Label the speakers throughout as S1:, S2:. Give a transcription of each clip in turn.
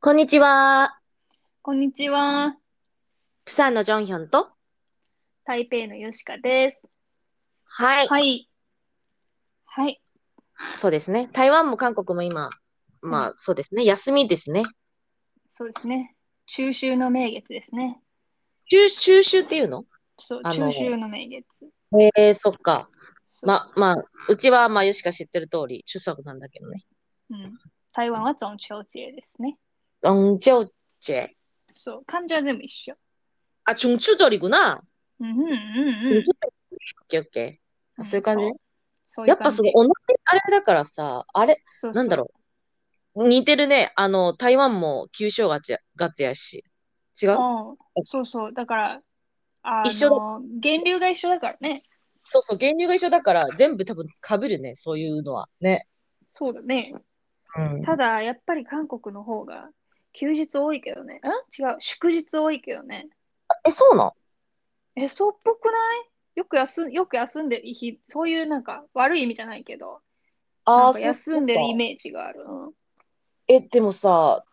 S1: こんにちは。
S2: こんにちは。
S1: プサンのジョンヒョンと。
S2: 台北のよしかです。
S1: はい。
S2: はい。はい。
S1: そうですね。台湾も韓国も今、まあそうですね。休みですね。
S2: そうですね。中秋の名月ですね。
S1: 中中秋っていうの
S2: そう、
S1: あ
S2: 中
S1: の
S2: 秋の名月。
S1: えー、そっか。ま、まあ、うちはまあ、よしか知ってる通り、主作なんだけどね。
S2: うん、台湾は中秋節ですね。
S1: うん、じゃおちェ。
S2: そう、漢字は全部一緒。
S1: あ、中秋절이구나。
S2: うんうんうん
S1: オッ
S2: う
S1: ケーオッケー。
S2: ん。
S1: あそういう感じね
S2: んそうそうい
S1: や
S2: う
S1: っぱ
S2: 感
S1: そ
S2: じ
S1: の、同じ、あれだからさ、あれ、
S2: そうそう
S1: なんだろう。似てるね。あの、台湾も旧正月や月やし。違う
S2: うんそうそう。だから、あの
S1: 一緒
S2: 源流が一緒だからね。
S1: そうそう、源流が一緒だから、全部多分被るね、そういうのは。ね。
S2: そうだね。
S1: うん
S2: ただ、やっぱり韓国の方が休日多いけどね。ん違う。祝日多いけどね。
S1: え、そうなん
S2: え、そうっぽくないよく休んよく休んでる日、そういうなんか悪い意味じゃないけど、な
S1: あ
S2: ん
S1: あ、
S2: か休んでるイ
S1: ジ。
S2: メージがある。うん
S1: え、でもさ、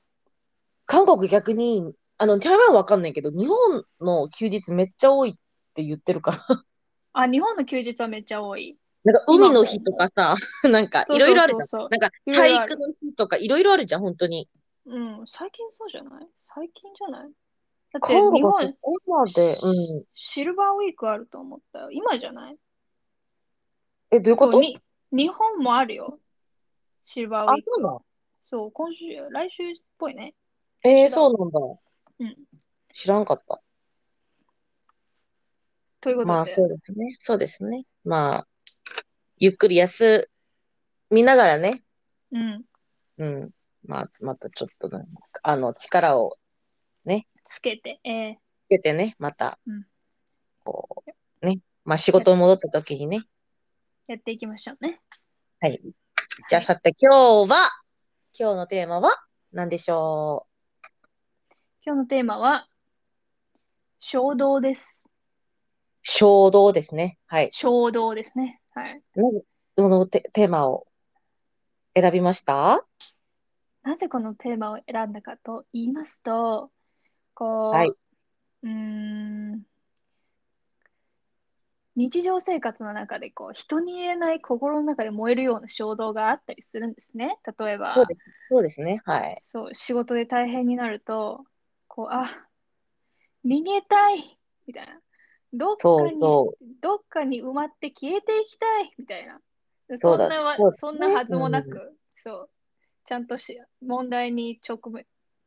S1: 韓国逆に、あの、台湾わかんないけど、日本の休日めっちゃ多いって言ってるから。
S2: あ、日本の休日はめっちゃ多い。
S1: なんか海の日とかさ、 なんか
S2: そ
S1: いう
S2: そ
S1: ろいうろある
S2: そう
S1: じ
S2: そう
S1: ゃん。なんか
S2: いろいろ
S1: 体
S2: ある
S1: 育の日とかいろいろあるじゃん、本当に。
S2: うん、最近そうじゃない最近じゃないだって
S1: 韓
S2: 日
S1: 国は
S2: 本
S1: こ、こまで、うん。
S2: シルバーウィークあると思ったよ。今じゃない
S1: え、どういうこ
S2: そ
S1: と
S2: うに日本もあるよ。シルバー
S1: あ
S2: ウィー、ク。
S1: そうなん
S2: そう、今週、来週っぽいね。
S1: えー
S2: 知らん
S1: そうなんだ。
S2: うん。
S1: 知らんかった。
S2: ということ
S1: まあ、
S2: で、
S1: そうですね。そうですね。まあ、ゆっくり休みながらね、
S2: うん、
S1: うん。まあ、またちょっとなんか、あの、力を
S2: つけて、えー
S1: つけてね、また
S2: うん、
S1: こう、ね、まあ仕事に戻った時にね。
S2: やっていきましょうね。
S1: はい。じゃあさて、今日は、今日のテーマは何でしょ
S2: 今日のテーマは、衝動です。
S1: う衝動ですね。はい。
S2: 衝動ですね。はい。
S1: なぜこのテテーマを選びました
S2: なぜこのテーマを選んだかと言いますと、こう、
S1: はいう
S2: ーん、日常生活の中でこう人に言えない心の中で燃えるような衝動があったりするんですね。例えば、
S1: そうです。そうですね。はい。
S2: そう仕事で大変になると、こう、あ、逃げたいみたいな。どっか
S1: そう
S2: に、
S1: そ
S2: どっかに埋まって消えていきたいみたいな。
S1: そ
S2: そ
S1: うんだ
S2: なわ
S1: そうだ
S2: そんなはずもな
S1: う
S2: く、そう、ちゃんとし問題に直面、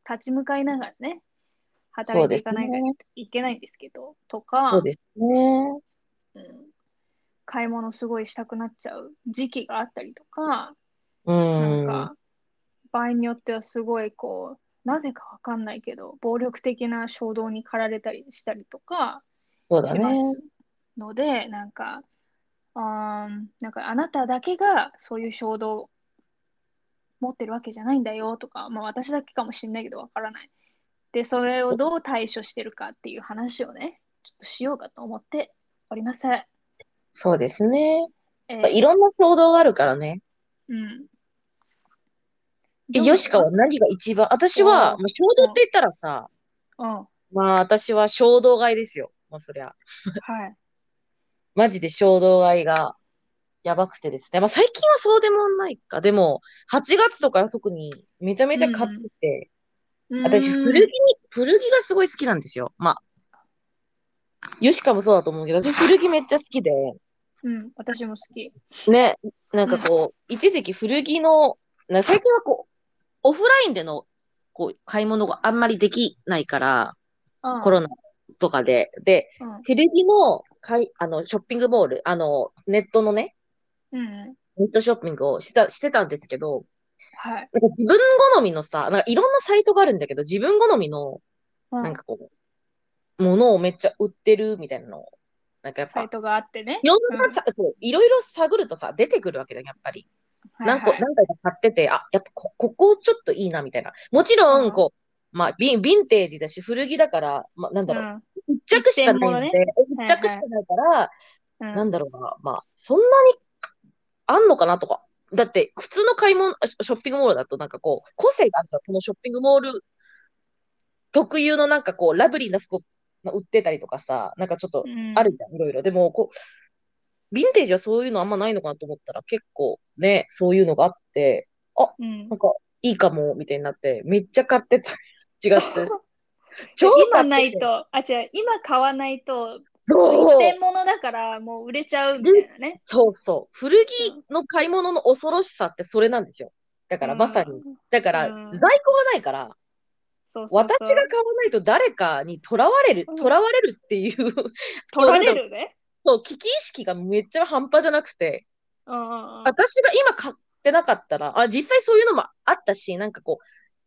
S2: 立ち向かいながらね、働いていかない
S1: そうですね
S2: といけないんですけど、と
S1: そ
S2: か
S1: う、ですね。
S2: うん買い物すごいしたくなっちゃう時期があったりとか、
S1: う
S2: なん
S1: ん。
S2: か、場合によってはすごいこう、なぜかわかんないけど、暴力的な衝動に駆られたりしたりとか
S1: そうだ
S2: し
S1: ね
S2: ま。すので、なんか、あーんなんかあなただけがそういう衝動を持ってるわけじゃないんだよとか、まあ私だけかもしれないけどわからない。で、それをどう対処してるかっていう話をね、ちょっとしようかと思っております。え
S1: そうですね。
S2: ー
S1: いろんな衝動があるからね。
S2: うん。
S1: え、ヨシカは何が一番、私は、
S2: おー
S1: まあ、衝動って言ったらさ、
S2: うん、は
S1: まあ私は衝動買いですよ。もうそりゃ。
S2: い。
S1: マジで衝動買いがやばくてですね。まあ最近はそうでもないか。でも、8月とか特にめちゃめちゃ買ってて、私
S2: うーん
S1: 古着に、古着がすごい好きなんですよ。まあ、ヨシカもそうだと思うけど、私古着めっちゃ好きで、
S2: うん、私も好き。
S1: ね、なんかこう、一時期古着の、な最近はこう、オフラインでのこう買い物があんまりできないから、
S2: うん
S1: コロナとかで。で、
S2: うん
S1: 古着の買いあのショッピングモール、あの、ネットのね、
S2: うん、
S1: ネットショッピングをしたしてたんですけど、
S2: はい。
S1: なんか自分好みのさ、なんかいろんなサイトがあるんだけど、自分好みの、
S2: うん
S1: なんかこう、ものをめっちゃ売ってるみたいなのを、なんかやっ
S2: サ
S1: ぱ
S2: イ、トがあってね
S1: い。ろん
S2: う
S1: なんさ、そういろいろ探るとさ、出てくるわけだよ、やっぱり。何個、
S2: はいはい
S1: 何回か買ってて、あ、やっぱこ、ここちょっといいな、みたいな。もちろ、
S2: うんん
S1: こう、まあ、ビン、ヴィンテージだし、古着だから、まあ、なんだろう、一着しかないので、一
S2: ね
S1: 着しかないから、
S2: うんうん
S1: なんだろうな、まあ、そんなにあんのかなとか、だって、普通の買い物、ショッピングモールだと、なんかこう、個性があるじゃん。そのショッピングモール特有のなんかこう、ラブリーな服を売ってたりとかさ、なんかちょっと
S2: うん
S1: あるじゃん、いろいろ。でも、こう、ヴィンテージはそういうのあんまないのかなと思ったら、結構ね、そういうのがあって、
S2: うん
S1: なん。か、いいかも、みたいになって、めっちゃ買ってた。 違って。超買
S2: 今
S1: って
S2: ない
S1: て。
S2: と、あ、違う、今買わないと、
S1: そう
S2: 一点物だからもう売れちゃうみたいなね。
S1: そうそう。古着の買い物の恐ろしさってそれなんですよ。だからまさに。
S2: うん
S1: だから、
S2: うん
S1: 在庫がないから、
S2: そうそう
S1: 私が買わないと誰かにとらわれる
S2: うん、
S1: とらわれるっていう、
S2: 取られるね。
S1: そう、危機意識がめっちゃ半端じゃなくて、
S2: うんうんうん。
S1: 私が今買ってなかったら、あ、実際そういうのもあったし、なんかこう、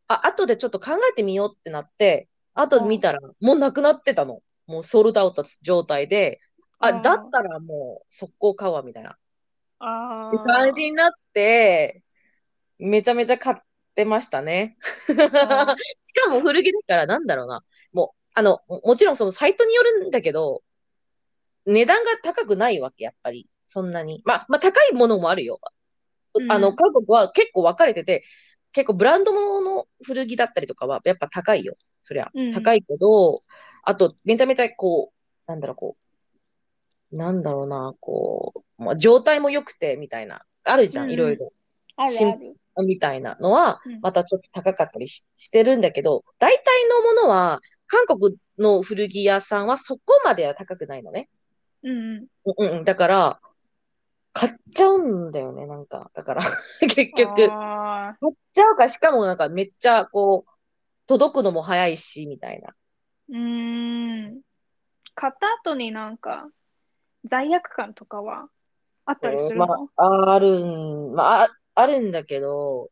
S1: あ、後でちょっと考えてみようってなって、後で見たら、もうなくなってたの。もうソールドアウト状態で、あ、
S2: うん
S1: だったらもう速攻買うわ、みたいな。
S2: あ
S1: って感じになって、めちゃめちゃ買ってましたね。し かも古着だからなんだろうな。もう、あの、ももちろんそのサイトによるんだけど、値段が高くないわけ、やっぱり。そんなに。まあ、まあ、高いものもあるよ。
S2: うん
S1: あの、韓国は結構分かれてて、結構ブランドものの古着だったりとかは、やっぱ高いよ。そりゃ
S2: うん。
S1: 高いけど、あと、めちゃめちゃこう、なんだろう、こう、なんだろうな、こう、まあ、状態も良くて、みたいな、あるじゃ、
S2: うんん
S1: いろいろ、
S2: あるある。
S1: みたいなのは
S2: うん、
S1: またちょっと高かったりししてるんだけど、大体のものは、韓国の古着屋さんはそこまでは高くないのね。
S2: うんうん。
S1: うんうんうん、だから、買っちゃうんだよね、なんか。だから、 結局。
S2: あー
S1: 買っちゃうか、しかもなんかめっちゃこう、届くのも早いし、みたいな。
S2: うーん。買った後になんか罪悪感とかはあったりする
S1: ま
S2: の
S1: あ、あるん、まあ、ああるんだけど、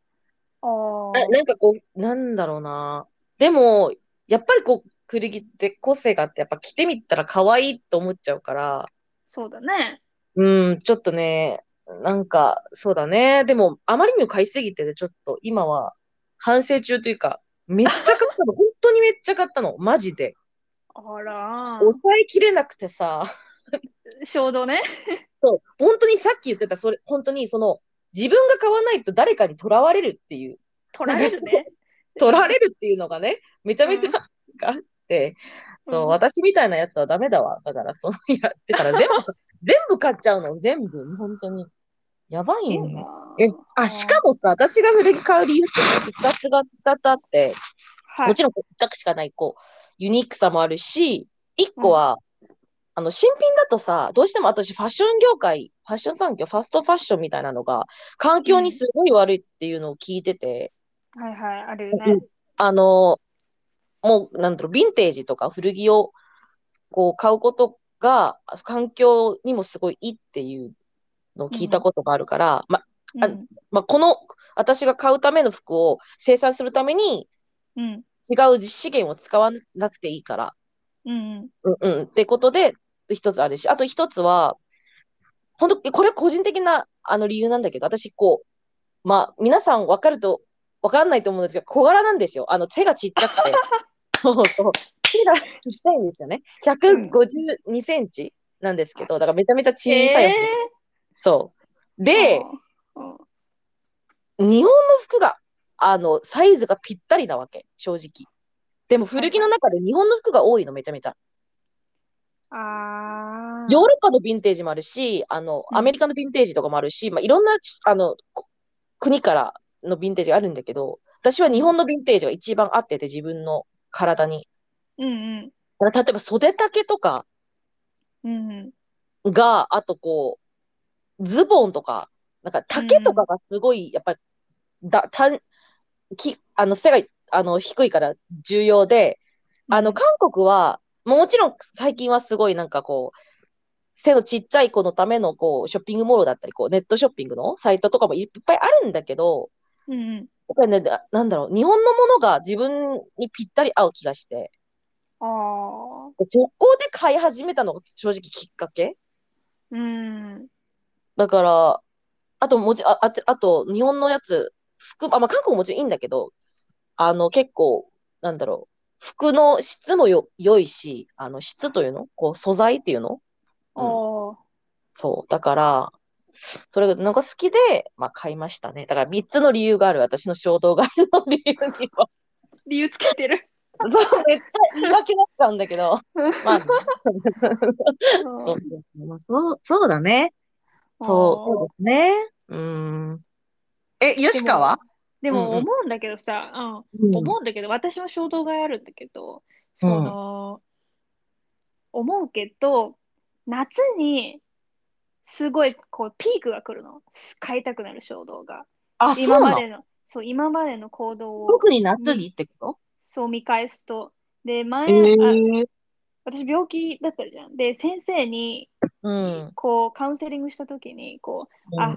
S2: あー
S1: あなんかこう、なんだろうな。でも、やっぱりこう、古着って個性があって、やっぱ着てみたら可愛いと思っちゃうから、
S2: そうだね。
S1: うん、ちょっとね、なんか、そうだね。でも、あまりにも買いすぎてて、ちょっと今は反省中というか、めっちゃ買 ったの。本当にめっちゃ買ったの。マジで。
S2: あらー、
S1: 抑えきれなくてさ。
S2: 衝動ね。
S1: そう、本当にさっき言ってた、それ、本当にその、自分が買わないと誰かにとらわれるっていう、
S2: 取られるね。
S1: とられるっていうのがね、めちゃめちゃ、
S2: うん
S1: あって、 そう
S2: うん
S1: 私みたいなやつはダメだわ。だから、そうやってたら全部、 全部買っちゃうの、全部、本当に。やばいよ
S2: すげえ
S1: ね。
S2: な
S1: え、あ、しかもさ、私が古着買う理由って2つが、二つあって、
S2: はい
S1: もちろんこう、着しかない、こう、ユニークさもあるし、一個は、あの、新品だとさ、どうしても私、ファッション業界、ファッション産業、ファストファッションみたいなのが、環境にすごい悪いっていうのを聞いてて、
S2: はいはい、あるよね。
S1: うんあの、もう、なんだろう、ヴィンテージとか古着を、こう、買うことが、環境にもすごいいいっていうのを聞いたことがあるから、ま、あ
S2: うん
S1: まあ、この、私が買うための服を生産するために、
S2: うん
S1: 違う資源を使わなくていいから、
S2: うん
S1: うんうん。ってことで、一つあるし、あと一つは、本当これは個人的なあの理由なんだけど、私、こう、まあ、皆さん分かると、分かんないと思うんですけど、小柄なんですよ。あの、手がちっちゃくて。そうそう。手がちっちゃいんですよね。152センチなんですけど、だからめちゃめちゃ小さい。
S2: え
S1: そう。
S2: ー
S1: で、
S2: うんうん
S1: 日本の服が、あの、サイズがぴったりなわけ、正直。でも、古着の中で日本の服が多いの、めちゃめちゃ。
S2: あー
S1: ヨーロッパのヴィンテージもあるし、あの、
S2: うん
S1: アメリカのヴィンテージとかもあるし、まあ、いろんな、あの、こ国からのヴィンテージがあるんだけど、私は日本のヴィンテージが一番合ってて、自分の体に。
S2: うんうん
S1: だから例えば袖丈とか
S2: うんうん
S1: が、あとこう、ズボンとか、なんか丈とかがすごい、やっぱり、だ、たん、き、あの、背が、あの、低いから重要で、あの、韓国は、もうもちろん最近はすごいなんかこう、背のちっちゃい子のためのこう、ショッピングモールだったり、こう、ネットショッピングのサイトとかもいっぱいあるんだけど、
S2: うんうん
S1: やっぱりね、ななんだろう、日本のものが自分にぴったり合う気がして、
S2: あー
S1: そこで買い始めたのが正直きっかけ
S2: うん
S1: だから、あともち、あ、あと、あと日本のやつ、服、あ、まあ、韓国ももちろんいいんだけど、あの、結構、なんだろう、服の質もよ、良いし、あの、質というのこう、素材っていうの
S2: あー
S1: そう。だから、それのが好きで、まあ、買いましたね。だから3つの理由がある、私の衝動買いの理由に は。
S2: 理由つけてる。
S1: そう絶対言い訳になっちゃうんだけ ど、まあね、そううですねまあそうそうだね。そうそうですね。うん。え、よしかは
S2: で
S1: うん
S2: もで
S1: う
S2: も
S1: ん
S2: 思うんだけどさ、うん
S1: うん
S2: 思うんだけど、私も衝動買いあるんだけど、
S1: う
S2: そ
S1: ん
S2: の、思うけど、夏にすごいこうピークが来るの。買いたくなる衝動が。
S1: あ、そう
S2: 今
S1: な
S2: ま
S1: の
S2: での、そう、今までの行動を
S1: 特に夏にってこ
S2: そう見返すと。で、
S1: と
S2: 前、あ
S1: え
S2: 私病気だったじゃん。で、先生に、
S1: うん。
S2: こう、カウンセリングした時に、こ
S1: う
S2: う、
S1: ん
S2: あ、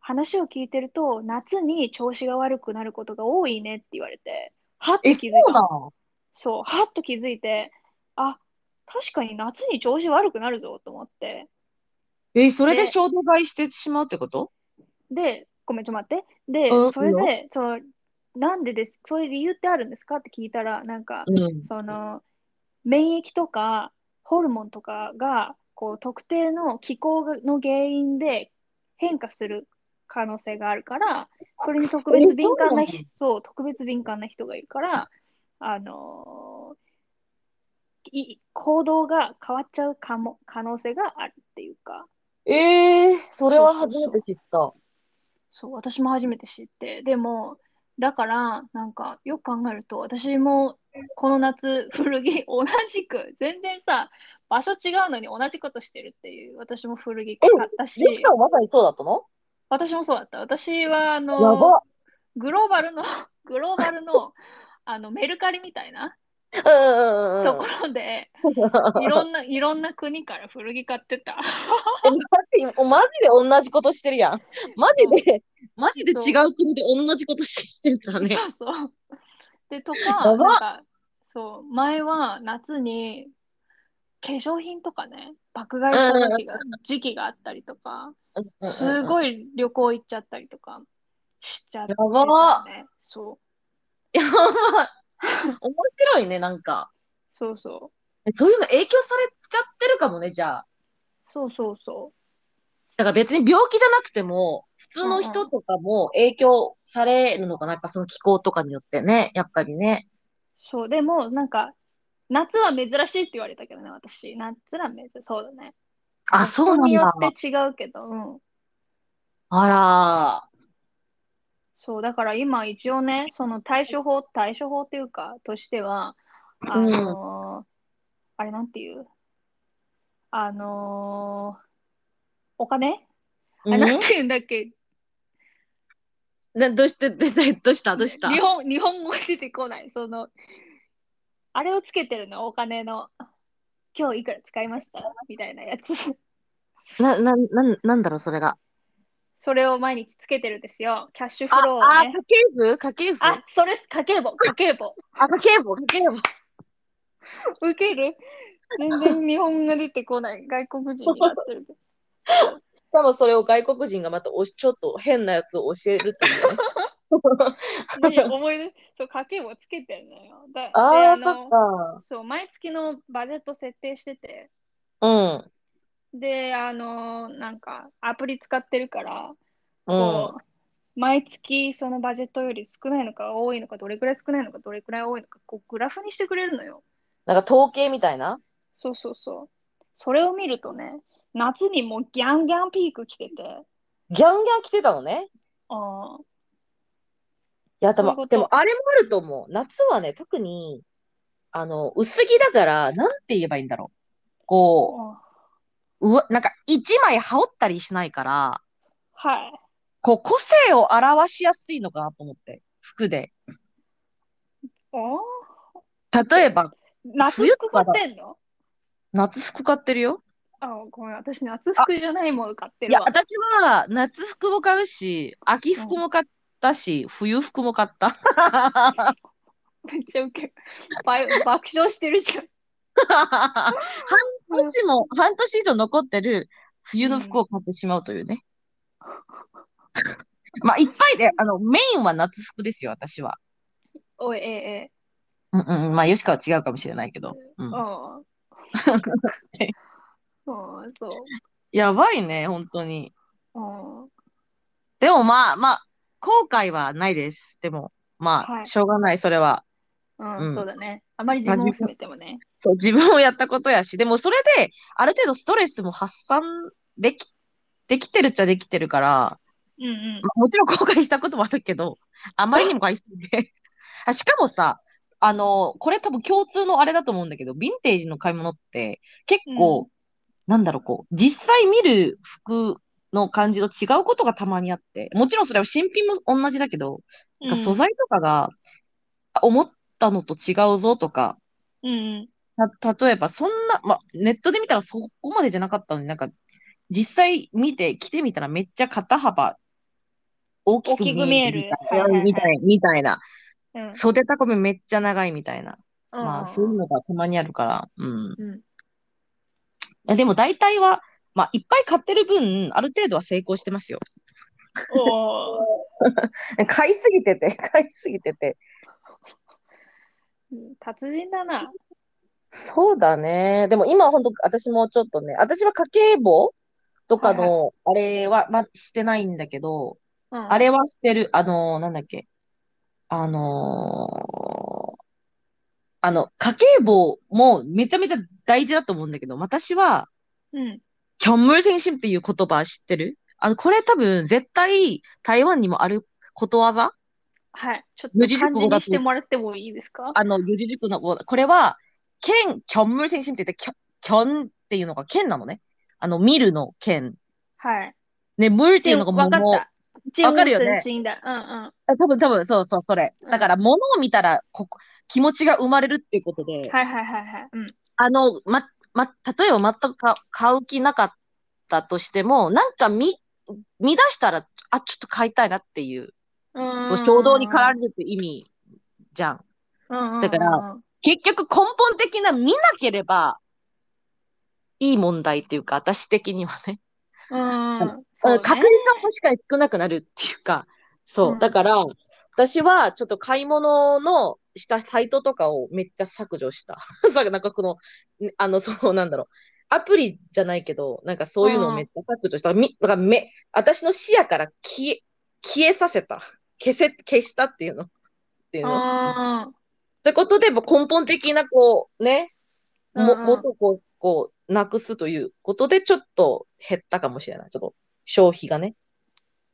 S2: 話を聞いてると、夏に調子が悪くなることが多いねって言われて、はっと
S1: え、
S2: 気
S1: そ
S2: づいうた
S1: な
S2: の。
S1: の
S2: そう、はっと気づいて、あ、確かに夏に調子悪くなるぞと思って。
S1: え、それで
S2: で
S1: 衝動買いしてしまうってこと
S2: で、ごめん、ちょっと待って。で
S1: う、ん
S2: それで、そう、なんでです、そういう理由ってあるんですかって聞いたら、なんか、
S1: うん。
S2: その、免疫とか、ホルモンとかが、こう、特定の気候の原因で変化する可能性があるから、それに特別敏感な
S1: えそうな
S2: 人、そう、特別敏感な人がいるから、あのーい行動が変わっちゃうかも、可能性があるっていうか、
S1: えー、それは
S2: そう
S1: 初
S2: そうそう
S1: めて知った。
S2: そう、私も初めて知って、でも、だから、なんか、よく考えると、私も、この夏、古着、同じく、全然さ、場所違うのに同じことしてるっていう、私も古着買ったし、
S1: よしかはまさにそうだったの
S2: 私もそうだった。私は、あ
S1: やば
S2: の、グローバルの、 グローバルの、あの、メルカリみたいな
S1: うんうんうん
S2: とこ ろで、
S1: うん。
S2: いろんな、いろんな国から古着買ってた。
S1: えマ ジマジで同じことしてるやん。マジで、マジで
S2: そう
S1: 違う国で同じことしてるからね。
S2: そうそう。で、と
S1: ば
S2: か、なんか、そう、前は夏に化粧品とかね、爆買いした時が、時期があったりとか、す
S1: い。
S2: ごい旅行行っちゃったりとかしちゃってた
S1: やば
S2: ね。そう、
S1: やばい。面白いね、なんか。
S2: そうそう。
S1: えそういうの影響されちゃってるかもね、じゃあ。
S2: そうそうそ
S1: だから別に病気じゃなくても、普通の人とかも影響されるのかな、やっぱその気候とかによってね、やっぱりね。
S2: う。そう、でも、なんか、夏は珍しいって言われたけどね、私。夏は珍しい。そうだね。
S1: あ、そう
S2: 人
S1: なん
S2: によ
S1: だ。
S2: って違うけど、うん。
S1: あら
S2: そう、だから今一応ね、その対処法、対処法っていうか、としては、あ
S1: うん
S2: のーあれなんていうあのーお金
S1: ー。
S2: あ、
S1: う
S2: なん
S1: ん
S2: ていうんだっけ
S1: などうして、ででどうしたどうした
S2: 日本、日本語が出てこない。その、あれをつけてるの、お金の。今日いくら使いましたみたいなやつ。
S1: な、な、なんなんだろう、それが。
S2: それを毎日つけてるんですよ。キャッシュフ
S1: あ、
S2: ローを
S1: あ、家
S2: ね。
S1: 計簿家計簿
S2: あ、それっす、家計簿、家計簿。
S1: あ、家計簿家計簿
S2: ウケる全然日本語が出てこない。外国人になってるけど。
S1: しかもそれを外国人がまたおしちょっと変なやつを教えるっていうね。
S2: いや思い出そう家計簿つけてんのよ。だで
S1: あ
S2: あ
S1: あ、そ
S2: の
S1: っか。
S2: そう毎月のバジェット設定してて
S1: うん。
S2: であのなんかアプリ使ってるから
S1: うん
S2: こ。う、毎月そのバジェットより少ないのか多いのかどれくらい少ないのかどれくらい多いのかこうグラフにしてくれるのよ。
S1: なんか統計みたいな。
S2: そうそうそう。それを見るとね夏にもうギャンギャンピーク来てて。
S1: ギャンギャン来てたのね。
S2: あー
S1: いや、で
S2: そういうこ
S1: も、
S2: と
S1: でもあれもあると思う。夏はね、特に、あの、薄着だから、なんて言えばいいんだろう。こ
S2: あ
S1: う、うわ、なんか一枚羽織ったりしないから、
S2: はい。
S1: こう、個性を表しやすいのかなと思って、服で。
S2: あー
S1: 例えば、
S2: 夏
S1: 冬
S2: 服
S1: と
S2: 買
S1: かだ
S2: ってんの
S1: 夏服買ってるよ。
S2: あごめん私夏服じゃないもの買って
S1: い
S2: る
S1: や、
S2: わ。
S1: 私は夏服も買うし、秋服も買ったし、冬服も買 った。
S2: めっちゃウケる。ばい爆笑してるじゃん。
S1: 半年も、半年以上残ってる冬の服を買ってしまうというね。まあ、いっぱいで、あの、メインは夏服ですよ、私は。
S2: おい、ええ、ええ。
S1: うんうんうん、まあ、ヨシカは違うかもしれないけど。うん
S2: うん。うん、そう。
S1: やばいね、本当に。
S2: うん。
S1: でもまあまあ、後悔はないです。でも、まあ、
S2: はい
S1: しょうがない、それは。
S2: うん、
S1: うん
S2: そうだね。あまり自分を責めてもね。
S1: そう、自分をやったことやし、でもそれで、ある程度ストレスも発散でき、できてるっちゃできてるから、
S2: うんうん。
S1: まあもちろん後悔したこともあるけど、あまりにも回数で。あ しかもさ、あの、これ多分共通のあれだと思うんだけど、ヴィンテージの買い物って結構、
S2: うん
S1: なんだろう、こう、実際見る服の感じと違うことがたまにあって、もちろんそれは新品も同じだけど、なんか素材とかがあ思ったのと違うぞとか、
S2: うんうん。
S1: た、例えば、そんな、ま、ネットで見たらそこまでじゃなかったのに、なんか、実際見て、着てみたらめっちゃ肩幅大きく見えるみたいな、
S2: 大きく見えるはいはいはい
S1: みたい、みたいな。
S2: うん
S1: 袖高めめっちゃ長いみたいな。
S2: うん
S1: まあ、そういうのがたまにあるから、うん。
S2: うん。
S1: いやでも大体は、まあ、いっぱい買ってる分、ある程度は成功してますよ。
S2: おー
S1: 買いすぎてて、 買いすぎてて。
S2: うん達人だな。
S1: そうだね。でも今は本当、私もちょっとね、私は家計簿とかの、あれは、まあ、してないんだけど、
S2: うん、
S1: あれはしてる、あのーなんだっけ。あのーあの、家計簿もめちゃめちゃ大事だと思うんだけど、私は、
S2: うん。
S1: キャンムル先進っていう言葉知ってるあの、これ多分絶対台湾にもあることわざ
S2: はい。ちょっ
S1: 無
S2: と
S1: 事
S2: 漢
S1: 熟
S2: 字
S1: 語
S2: に
S1: だと
S2: してもらってもいいですか
S1: あの、四字熟語の、これは、剣、キャンムル先進って言って、キャキョンっていうのが剣なのね。あの、見るの剣。
S2: はい。
S1: ね、ムルっていうのが
S2: わかっ
S1: 桃。
S2: た。チー
S1: わかるよね
S2: 先進だ。うんうん。
S1: あ多分多分、そうそう、それ
S2: うん。
S1: だから、物を見たら、ここ、気持ちが生まれるっていうことで、
S2: はいはいはいはい。うん。
S1: あの、ま、ま、例えば全くか買う気なかったとしても、なんか見、見出したら、あ、ちょっと買いたいなっていう、
S2: う
S1: そう、衝動に駆ら
S2: る。
S1: れるって意味じゃん。
S2: だ
S1: だから、結局根本的な見なければいい問題っていうか、私的にはね。
S2: うん。
S1: うん確率は確かに少なくなるっていうか、そう。
S2: うん
S1: だから、私はちょっと買い物のしたサイトとかをめっちゃ削除した。 さなんかこの、ねあの、 そうなんだろう。アプリじゃないけど、なんかそういうのをめっちゃ削除した。み、だから目、私の視野から消え、消えさせた。消せ、消したっていうの。っていうの。
S2: うん。
S1: ってことで、やっぱ根本的な、こう、ね、も、
S2: うんうん
S1: 元をこう、なくすということで、ちょっと減ったかもしれない。ちょっと、消費がね。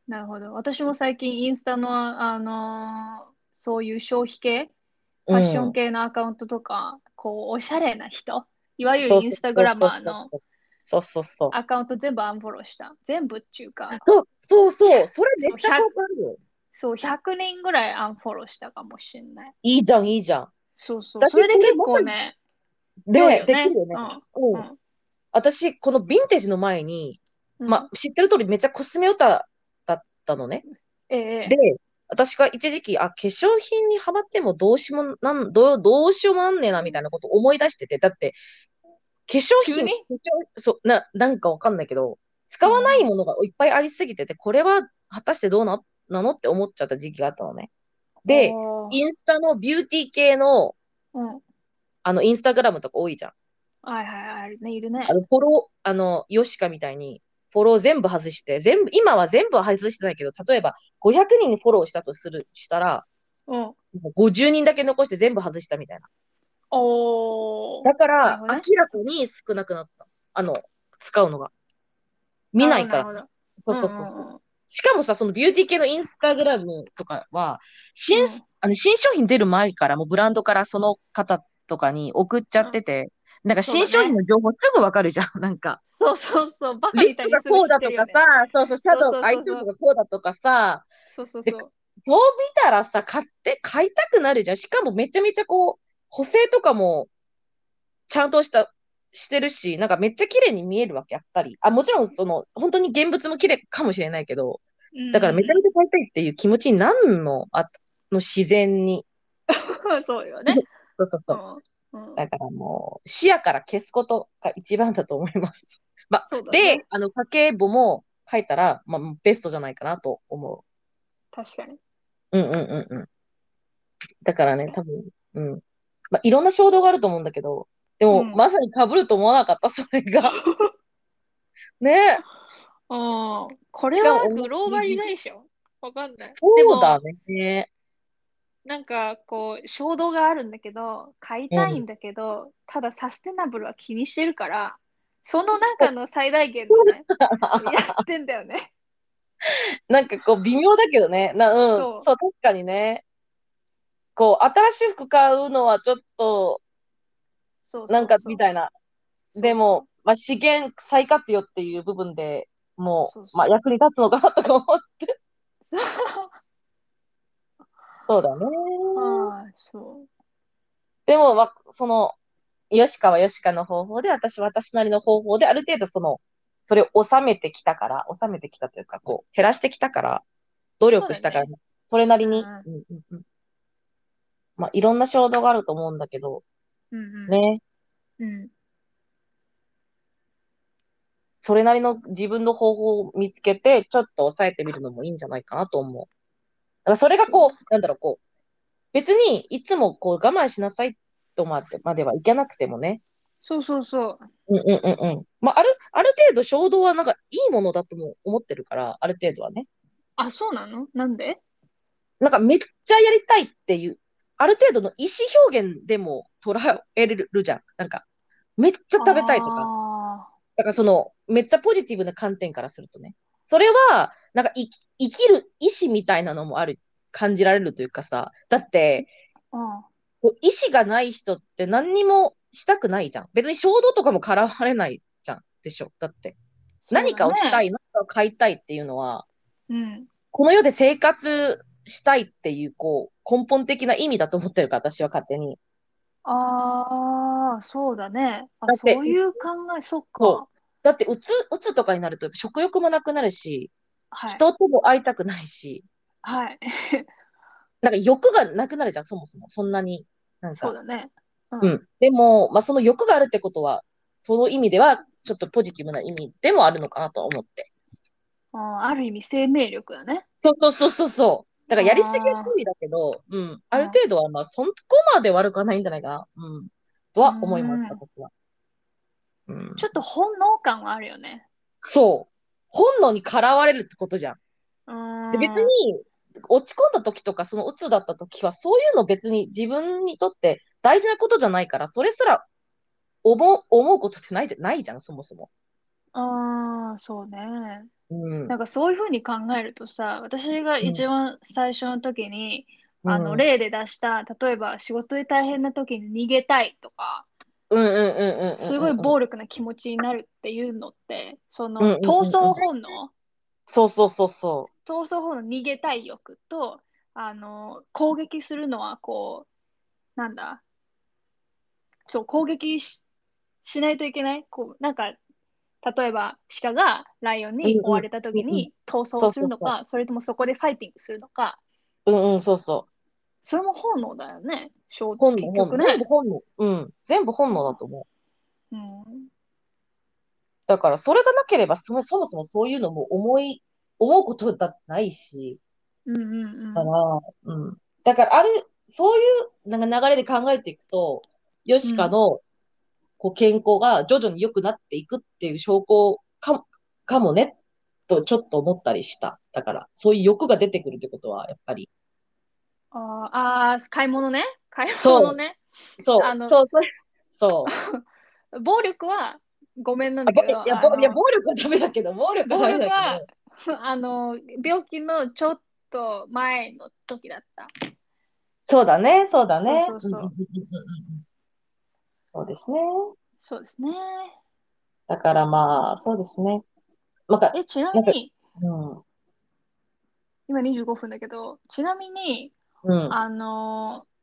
S2: なるほど。私も最近インスタの、あのーそういう消費系、ファッション系のアカウントとか、こう、おしゃれな人、いわゆるインスタグラマーの。
S1: そうそうそう。
S2: アカウント全部アンフォローした。全部っていうか、
S1: そうそうそう。それめっちゃ効果あるよ。
S2: そう、100人ぐらいアンフォローしたかもしれない。
S1: いいじゃん、いいじゃん。
S2: そうそう。
S1: だって
S2: それで
S1: それ
S2: 結構ね、
S1: で、
S2: 量よ
S1: で
S2: ね
S1: きるよね。
S2: う
S1: うんん。私、このヴィンテージの前に、
S2: うん
S1: ま、知ってる通りめっちゃコスメオタだったのね。
S2: ええ
S1: で、私が一時期、あ、化粧品にハマってもどうしもなん、どう、どうしようもなんねえな、みたいなこと思い出してて、だって、化粧
S2: 急
S1: 品、
S2: に
S1: 化粧そう、な、なんかわかんないけど、使わないものがいっぱいありすぎてて、これは果たしてどうな、なのって思っちゃった時期があったのね。で、
S2: おー
S1: インスタのビューティー系の、
S2: うん、
S1: あの、インスタグラムとか多いじゃん。
S2: はいはいはい、ね、いるね
S1: あ。の、フォロー、あの、ヨシカみたいに、フォロー全部外して、全部、今は全部は外してないけど、例えば500人にフォローしたとする、したら、
S2: うん、
S1: 50人だけ残して全部外したみたいな。
S2: おー
S1: だから、
S2: なるほどね
S1: 明らかに少なくなった。あの、使うのが。見ないか
S2: な
S1: ら。
S2: る
S1: そう
S2: ほ
S1: そ
S2: ど
S1: うそうそう。
S2: んんん
S1: しかもさ、そのビューティー系のインスタグラムとかは、新、
S2: うん
S1: あの新商品出る前から、もうブランドからその方とかに送っちゃってて、なんか新商品の情報すぐわかるじゃん、なん か。
S2: そうそうそう、バカ
S1: リ
S2: み
S1: ッ
S2: た
S1: プ
S2: いに
S1: が
S2: すぐ
S1: こ
S2: 知
S1: うだ
S2: って
S1: と
S2: る
S1: か
S2: よね。
S1: さ、そうそう、シャド
S2: そうそうそうそう
S1: ウ、アイシャドウがこうだとかさ、
S2: そうそうそう。
S1: そう見たらさ、買って、買いたくなるじゃん。しかもめちゃめちゃこう、補正とかも、ちゃんとした、してるし、なんかめっちゃ綺麗に見えるわけ、やっぱり。あ、もちろんその、本当に現物も綺麗かもしれないけど、だからめちゃめちゃ買いたいっていう気持ちになんの、あの自然に。
S2: ゃ そうよね。
S1: そうそうそう。
S2: うんうん
S1: だからもう、視野から消すことが一番だと思います。
S2: そうだ
S1: で
S2: ね。、
S1: あの、家計簿も書いたら、まあ、ベストじゃないかなと思う。
S2: 確かに。
S1: うんうんうんうん。だからね、
S2: 確
S1: 多分、うん。まあ、いろんな衝動があると思うんだけど、でも、
S2: うん
S1: まさに被ると思わなかった、それが。ねえ。
S2: うん。これ
S1: しか
S2: は
S1: も
S2: グローバリーでしょわかんない。で
S1: そう
S2: も、
S1: だね。
S2: なんかこう衝動があるんだけど買いたいんだけど、ただサステナブルは気にしてるからその中の最大限のねやってんだよね。
S1: なんかこう微妙だけどね。なうん、
S2: そう
S1: そう、確かにね。こう、新しい服買うのはちょっと、
S2: そう
S1: なんかみた
S2: い
S1: いな。でも、まあ、資源再活用っていう部分でもう、
S2: そうそう
S1: まあ、役に立つのかなとか思って。
S2: そう
S1: そうだね。
S2: ああそう
S1: でも、まあ、その、ヨシカはヨシカの方法で、私は私なりの方法で、ある程度その、それを収めてきたから、収めてきたというか、こう、減らしてきたから、努力したから、そ,、れなりに、
S2: う
S1: うんうんうんまあ、いろんな衝動があると思うんだけど、
S2: うんうん
S1: ね、
S2: うん
S1: それなりの自分の方法を見つけて、ちょっと抑えてみるのもいいんじゃないかなと思う。だからそれがこう、なんだろう、こう、別にいつもこう我慢しなさいとまでまではいかなくてもね、
S2: そうそうそう
S1: うんうんうんうん。まあ、ある、ある程度衝動はなんかいいものだとも思ってるから、ある程度はね。
S2: あそうなのなんで
S1: なんかめっちゃやりたいっていう、ある程度の意思表現でも捉えれるじゃん。なんか、めっちゃ食べたいとか。
S2: あ
S1: だからその、めっちゃポジティブな観点からするとね。それは、なんかい生きる意志みたいなのもある、感じられるというかさ。だって、
S2: ーあ
S1: こう意志がない人って何にもしたくないじゃん。別に衝動とかも絡まれないじゃん。でしょ。だって。
S2: そうだね
S1: 何かをしたい、何かを買いたいっていうのは、
S2: うん
S1: この世で生活したいっていう、こう、根本的な意味だと思ってるから、私は勝手に。
S2: ああそうだねあ
S1: だっ
S2: そう
S1: て
S2: いう考えそっ
S1: そ
S2: か
S1: だって、うつ、うつとかになると、食欲もなくなるし、
S2: はい
S1: 人とも会いたくないし、
S2: はい
S1: なんか欲がなくなるじゃん、そもそも。そんなに。なん
S2: そう
S1: か。
S2: だね
S1: う
S2: うん
S1: ん。でも、まあ、その欲があるってことは、その意味では、ちょっとポジティブな意味でもあるのかなとは思って。
S2: あーある意味生命力だね
S1: そうそうそうそうそう。だから、やりすぎは注意だけど、うん。ある程度は、まあ、そこまで悪くはないんじゃないかな。うん。とは思いました、
S2: うん
S1: 僕は。うん。
S2: ちょっと本能感はあるよね。
S1: そう。本能にからわれるってことじゃん。
S2: うーん
S1: で別に、落ち込んだ時とか、その鬱だった時は、そういうの別に自分にとって大事なことじゃないから、それすら思う、思うことってないじゃないじゃん、そもそも。
S2: ああ、そうね。
S1: うん。
S2: なんかそういうふうに考えるとさ、私が一番最初の時に、
S1: うん
S2: あの例で出した、例えば仕事で大変な時に逃げたいとか、
S1: うんうんうんうんうん。
S2: すごい暴力な気持ちになるっていうのって、そ
S1: うんうん
S2: の
S1: うん
S2: 闘争本能、
S1: そうそうそうそ
S2: 闘争本能逃げたい欲と、あの攻撃するのはこう、なんだ、そう攻撃し、しないといけない、こうなんか例えば鹿がライオンに追われた時に逃走するのか、それともそこでファイティングするのか、
S1: う。うんうん、そうそ
S2: それも本能だよね、衝
S1: う。本
S2: 結
S1: 能、本
S2: 局
S1: 能。全
S2: ね
S1: 部。本能。うん。全部本能だと思う。
S2: うん、
S1: だから、それがなければそも、そもそもそういうのも思い、思うことだってないし、
S2: うんうん
S1: だか
S2: うん。
S1: ら、うん。だから、ある、そういうなんか流れで考えていくと、ヨシカの、こう、健康が徐々に良くなっていくっていう証拠か、かもね、とちょっと思ったりした。だから、そういう欲が出てくるってことは、やっぱり。
S2: あーあー、買い物ね。買い物ね。
S1: そう、
S2: あの
S1: そう、それそう。
S2: 暴力はごめんなん
S1: あ
S2: だ
S1: ぼ
S2: け
S1: い
S2: ど、
S1: や、
S2: あ
S1: ぼいや
S2: の
S1: 暴力はダメだけど、暴力は
S2: 暴
S1: ダメ
S2: 力
S1: だ
S2: は
S1: け
S2: あの病気のちょっと前の時だった。
S1: ど。そうだね、そうだね。
S2: そうそうそうん
S1: んんんんうんそうですね。
S2: そうですね。
S1: だからまあ、そうですね。なんか、
S2: え、ちな
S1: なんか
S2: みに、
S1: うん。
S2: 今25分だけど、ちなみに、
S1: うん。
S2: あのー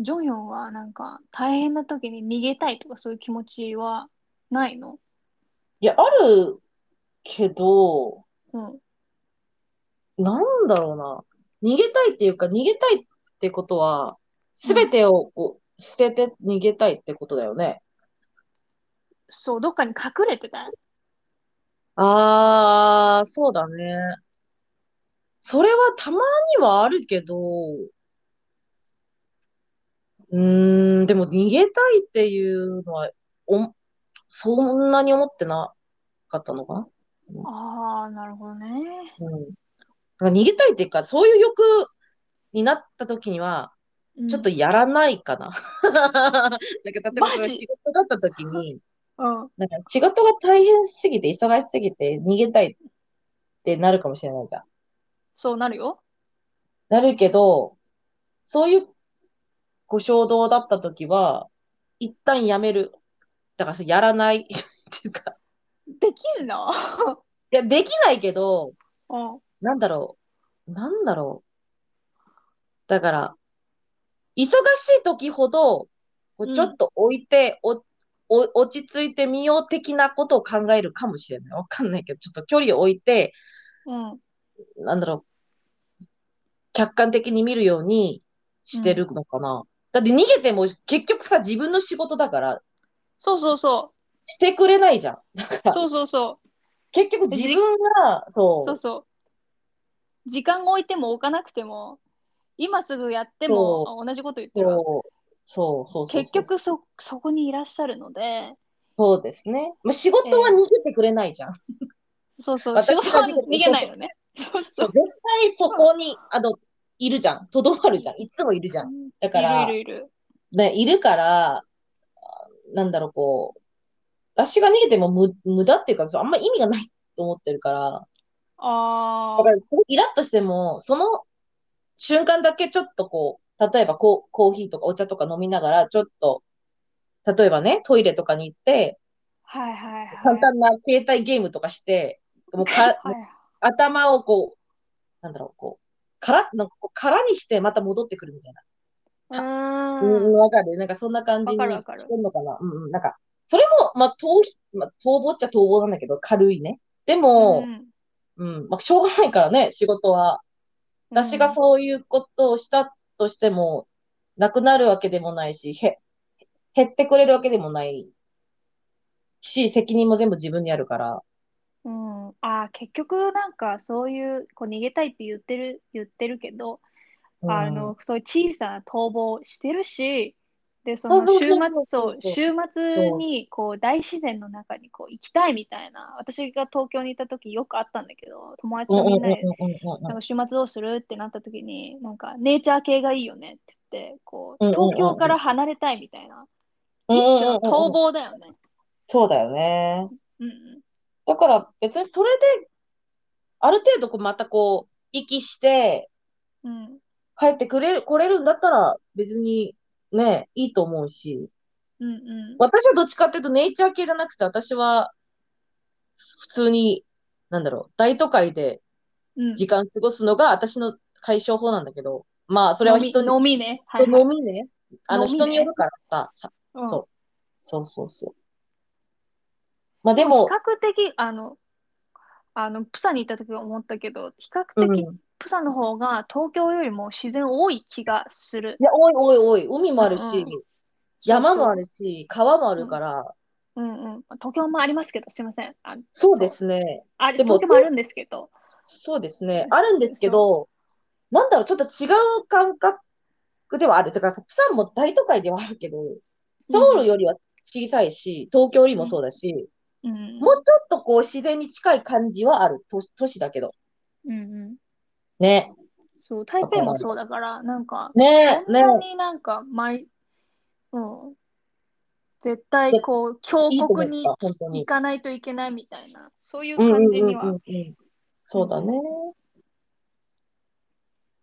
S2: ジョンヨンはなんか大変な時に逃げたいとかそういう気持ちはないの
S1: いや、あるけど、
S2: うん。
S1: なんだろうな。逃げたいっていうか、逃げたいってことは、すべてをこう捨てて逃げたいってことだよね。
S2: そう、どっかに隠れてた。
S1: ああ、そうだね。それはたまにはあるけど、うーん、でも逃げたいっていうのは、お、そんなに思ってなかったのかな
S2: ああ、なるほどね。
S1: うん、だから逃げたいっていうか、そういう欲になった時には、
S2: うん
S1: ちょっとやらないかな。 なんか例えば
S2: マジ
S1: それ仕事だった時に、
S2: うん。
S1: なんか仕事が大変すぎて、忙しすぎて、逃げたいってなるかもしれないじゃん。
S2: そうなるよ。
S1: なるけど、そういうご衝動だった時は、一旦やめる。だからそれやらないっていうか、
S2: できるな。
S1: いや、できないけど、
S2: うん。
S1: なんだろう。なんだろう。だから、忙しい時ほど、こ
S2: う
S1: うんちょっと置いて、おお、落ち着いてみよう的なことを考えるかもしれない。わかんないけど、ちょっと距離を置いて、
S2: うん。
S1: なんだろう。客観的に見るようにしてるのかな。だって逃げても結局さ、自分の仕事だから、
S2: そうそうそ
S1: してくれないじゃん。だか
S2: う。
S1: ら
S2: そうそうそ
S1: 結局自分が、
S2: う。そう
S1: そう、
S2: そう。時間を置いても置かなくても、今すぐやっても同じこと言ってるわ。
S1: そう、そう、そう、そう、そう
S2: 結局そ、そこにいらっしゃるので、
S1: そうですね。まあ、仕事は逃げてくれないじゃん。
S2: そうそう、
S1: 私
S2: 仕
S1: は
S2: 事は
S1: 逃げ
S2: 逃げないのね。そう
S1: そ
S2: そうう。
S1: 絶対そこに、あの、いるじゃん。とどまるじゃん。いつもいるじゃん。だから
S2: いるいるいる。
S1: ね、いるから、あなんだろう、こう、私が逃げても無無駄っていうか、そうあんま意味がないと思ってるから、
S2: あ
S1: だから、イラッとしても、その瞬間だけちょっとこう、例えばこうコーヒーとかお茶とか飲みながら、ちょっと、例えばね、トイレとかに行って、
S2: あ、はいはいはい。
S1: 簡単な携帯ゲームとかして、もうか、
S2: はい
S1: 頭をこう、なんだろう、こう、から、なんかこう空にしてまた戻ってくるみたいな。
S2: う
S1: うん、
S2: ーん。
S1: わかる。なんかそんな感じに
S2: わかるわかる
S1: してんのかな。うんうん。なんか、それも、まあ、逃避、まあ、逃亡っちゃ逃亡なんだけど、軽いね。で
S2: う
S1: も、
S2: ん
S1: うん、まあ、しょうがないからね、仕事は。私がそういうことをしたとしても、なくなるわけでもないし、へ、減ってくれるわけでもないし、責任も全部自分にあるから。
S2: うん、あー結局なんかそういうこう逃げたいって言ってる言ってるけど、
S1: うん
S2: あのそういう小さな逃亡してるしでそ
S1: そう
S2: の
S1: そう
S2: 週
S1: そう
S2: 末
S1: そう
S2: そう週末にこう大自然の中にこう行きたいみたいな私が東京にいた時よくあったんだけど友達とみんなで
S1: うんうんうんうんうん
S2: なんか週末どうするってなった時になんかネイチャー系がいいよねって言ってこう
S1: うんうんうんうん
S2: 東京から離れたいみたいな
S1: うん
S2: 一
S1: うんうんう
S2: 種の
S1: ん
S2: 逃亡だよね。
S1: そうだよね。
S2: うんうん
S1: だから別にそれで、ある程度こうまたこう、息して
S2: うん
S1: 帰ってくれる、来れるんだったら別にね、いいと思うし。
S2: うんうん
S1: 私はどっちかっていうとネイチャー系じゃなくて私は普通に、なんだろう、大都会で
S2: うん
S1: 時間過ごすのが私の解消法なんだけど、まあそれは人に、
S2: 飲み飲みね。はいはい
S1: 飲みね。あの
S2: 飲みね
S1: 人によるからさ、さ
S2: うん
S1: そう。そうそうそう。まあで
S2: でも
S1: も
S2: 比、較的あのあのプサンに行った時は思ったけど比較
S1: うん。
S2: 的プサンの方が東京よりも自然多い気がする
S1: い。や、おいおいおい、海もあるし、
S2: うんうん
S1: 山もあるし、川もあるから、
S2: うんうん、東京もありますけどすいませんあ
S1: そうですね。
S2: あ
S1: でも
S2: 東京もあるんですけど
S1: そうですね。あるんですけど、なんだろう、ちょっと違う感覚ではある。だから、プサンも大都会ではあるけど、ソウルよりは小さいし、東京よりもそうだし、
S2: うん
S1: もうちょっとこう自然に近い感じはある。都都市だけど。
S2: うんうん、
S1: ね。
S2: そう台北もそうだからなんか
S1: ね
S2: そん
S1: ね
S2: なになんか毎、うん、絶対こう強国
S1: いい
S2: に
S1: と思った本当に
S2: 行かないといけないみたいなそういう
S1: うんうん
S2: 感じ
S1: うん
S2: に
S1: うん
S2: は
S1: うん。そうだね。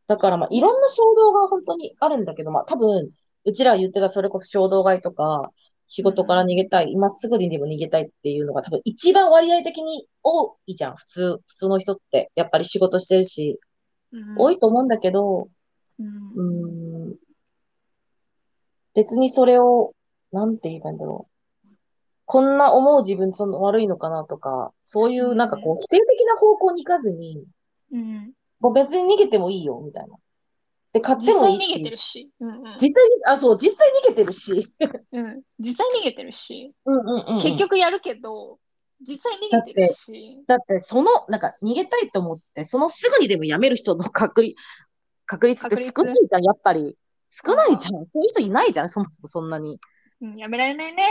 S1: だからまあいろんな衝動が本当にあるんだけど、まあ多分、うちらが言ってたそれこそ衝動買いとか、仕事から逃げたい、今すぐにでも逃げたいっていうのが多分一番割合的に多いじゃん、普通、普通の人って。やっぱり仕事してるし、
S2: うん
S1: 多いと思うんだけど、
S2: うん
S1: うーん、別にそれを、なんて言えばいいんだろう。こんな思う自分その悪いのかなとか、そういうなんかこう否定的な方向に行かずに、
S2: うん、
S1: もう別に逃げてもいいよ、みたいな。で、買って
S2: 実
S1: もい
S2: 際
S1: い
S2: 逃げて
S1: し。
S2: るし、うんうん
S1: 実際に、あ、そう、実際逃げてるし。
S2: うん、実際逃げてるし、
S1: うんうんうんうん
S2: 結局やるけど、実際逃げてるし、
S1: だって、その、なんか、逃げたいと思って、そのすぐにでも辞める人の確率、確率って少
S2: 確
S1: な
S2: 率
S1: いじゃん、やっぱり。少ないじゃん。そういう人いないじゃん、そもそもそんなに。
S2: うん、やめられないね。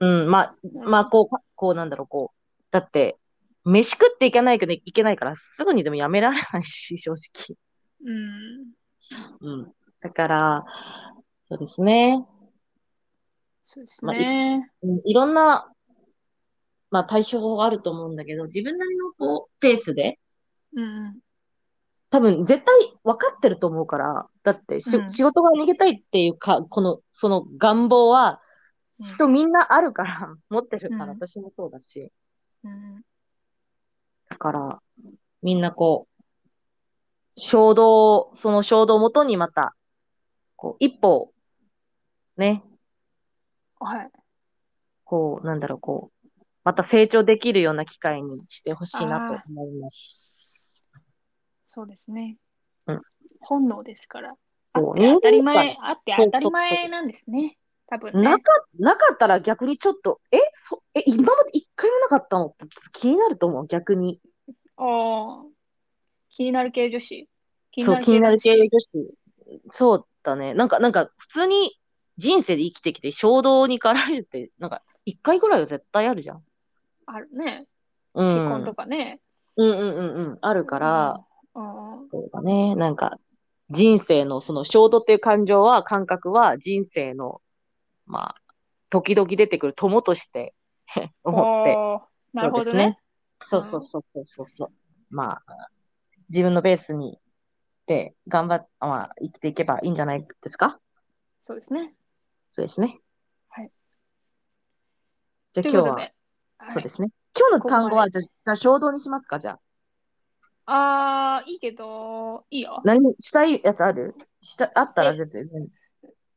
S1: うん、まあ、
S2: うん
S1: まあ、こう、こうなんだろう、こう。だって、飯食っていけないけど、いけないから、すぐにでもやめられないし、 正直。
S2: うん。
S1: うん。だから、そうですね。
S2: そうです
S1: まあい
S2: ね。
S1: うんいろんな、まあ、対処法があると思うんだけど、自分なりのこう、ペースで、
S2: うんうん。
S1: 多分絶対分かってると思うから、だってし、
S2: うん
S1: 仕事が逃げたいっていうか、この、その願望は、
S2: うん
S1: 人みんなあるから、持ってるから、
S2: うん
S1: 私もそうだし。
S2: うんうん
S1: だから、みんなこう、衝動、その衝動をもとにまた、こう、一歩、ね、
S2: はい。
S1: こう、なんだろう、こう、また成長できるような機会にしてほしいなと
S2: あー
S1: 思います。
S2: そうですね
S1: うん。
S2: 本能ですから。あ
S1: そ
S2: っ
S1: う
S2: て当たり
S1: 人間
S2: 前
S1: だ、
S2: あって
S1: そう
S2: 当たり前なんですね。多分ね
S1: な。か、なかったら逆にちょっと、え、そ、え、今まで一回もなかったのってちょっと気になると思う、逆に。
S2: ああ。気になる系女子。気
S1: そう、気になる系
S2: 女子。
S1: 女子。そうだね。なんか、なんか、普通に人生で生きてきて衝動に駆られるって、なんか、一回ぐらいは絶対あるじゃん。
S2: あるね。
S1: うん。
S2: 結婚とかね。
S1: うんうんうんうん。あるから、
S2: うん。うん
S1: そうだね。なんか、人生の、その衝動っていう感情は、感覚は人生の、まあ、時々出てくる友として 思って。
S2: おーなるほど
S1: そうです
S2: ね
S1: ね。そうそうそうそうそうそう。まあ、自分のベースに、で、頑張っ、まあ、生きていけばいいんじゃないですか
S2: そうですね。
S1: そうですね。
S2: はい。
S1: じゃあ
S2: とい
S1: 今
S2: う
S1: 日は、
S2: ことで。。
S1: そうですすね。今日の
S2: ここ
S1: 単語は、
S2: ま
S1: じゃあ、じゃあ衝動にしますかじゃあ。
S2: ああ、いいけど、いいよ。
S1: 何、したいやつあるした、あったら絶対。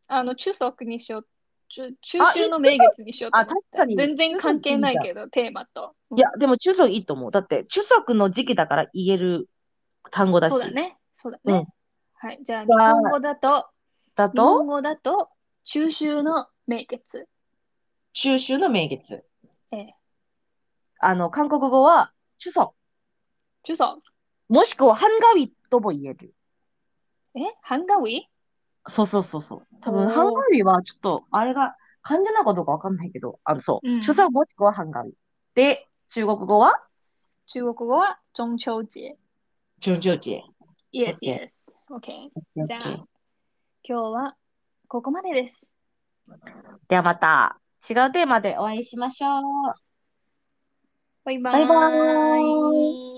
S2: あの、中足にしよう。中中
S1: あ
S2: 秋の名月にしようと思っ
S1: あ確
S2: て
S1: かに
S2: 全然関係ないけど、テーマと。
S1: いや、でも、中足いいと思う。だって、中足の時期だから言える単語だし。
S2: そうだね。そうだ
S1: うん
S2: ね。はい。じゃあ、日
S1: じゃあ
S2: 本語だと、
S1: だ
S2: 日本
S1: と、
S2: 語だと、中秋の名月。
S1: 中秋の名月。
S2: ええ。
S1: あの、韓国語は、中足。
S2: 中足。
S1: もしくは、ハンガウィとも言える。
S2: えハンガウィ
S1: そうそうそうそう。多
S2: お
S1: 分、
S2: ー
S1: ハンガウィは、ちょっと、あれが、漢字なのかどうかわかんないけど、あの、そう。
S2: うん
S1: 中足もしくはハンガウィ。で、中国語は、
S2: 中国語は中秋節。
S1: 中秋節。
S2: Yes,
S1: OK
S2: yes. OK. じゃあ、今日はここまでです。
S1: ではまた違うテーマでお会いしましょう。
S2: バイバ
S1: バイバ
S2: ーイ。